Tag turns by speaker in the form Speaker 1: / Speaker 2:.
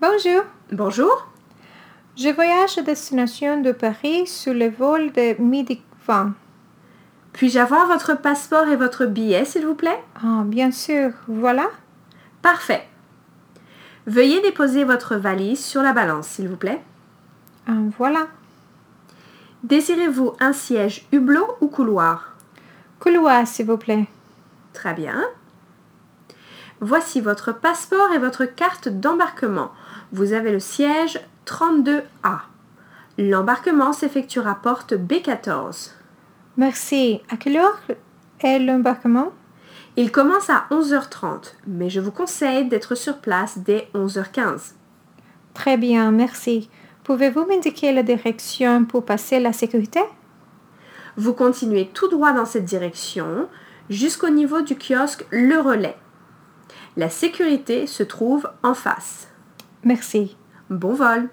Speaker 1: Bonjour,
Speaker 2: Bonjour.
Speaker 1: je voyage à destination de Paris sur le vol de midi 20.
Speaker 2: Puis-je avoir votre passeport et votre billet, s'il vous plaît
Speaker 1: Ah, bien sûr, voilà.
Speaker 2: Parfait. Veuillez déposer votre valise sur la balance, s'il vous plaît.
Speaker 1: Ah, voilà.
Speaker 2: Désirez-vous un siège hublot ou couloir
Speaker 1: Couloir, s'il vous plaît.
Speaker 2: Très bien. Voici votre passeport et votre carte d'embarquement. Vous avez le siège 32A. L'embarquement s'effectuera porte B14.
Speaker 1: Merci. À quelle heure est l'embarquement
Speaker 2: Il commence à 11h30, mais je vous conseille d'être sur place dès 11h15.
Speaker 1: Très bien, merci. Pouvez-vous m'indiquer la direction pour passer la sécurité
Speaker 2: Vous continuez tout droit dans cette direction jusqu'au niveau du kiosque Le Relais. La sécurité se trouve en face.
Speaker 1: Merci.
Speaker 2: Bon vol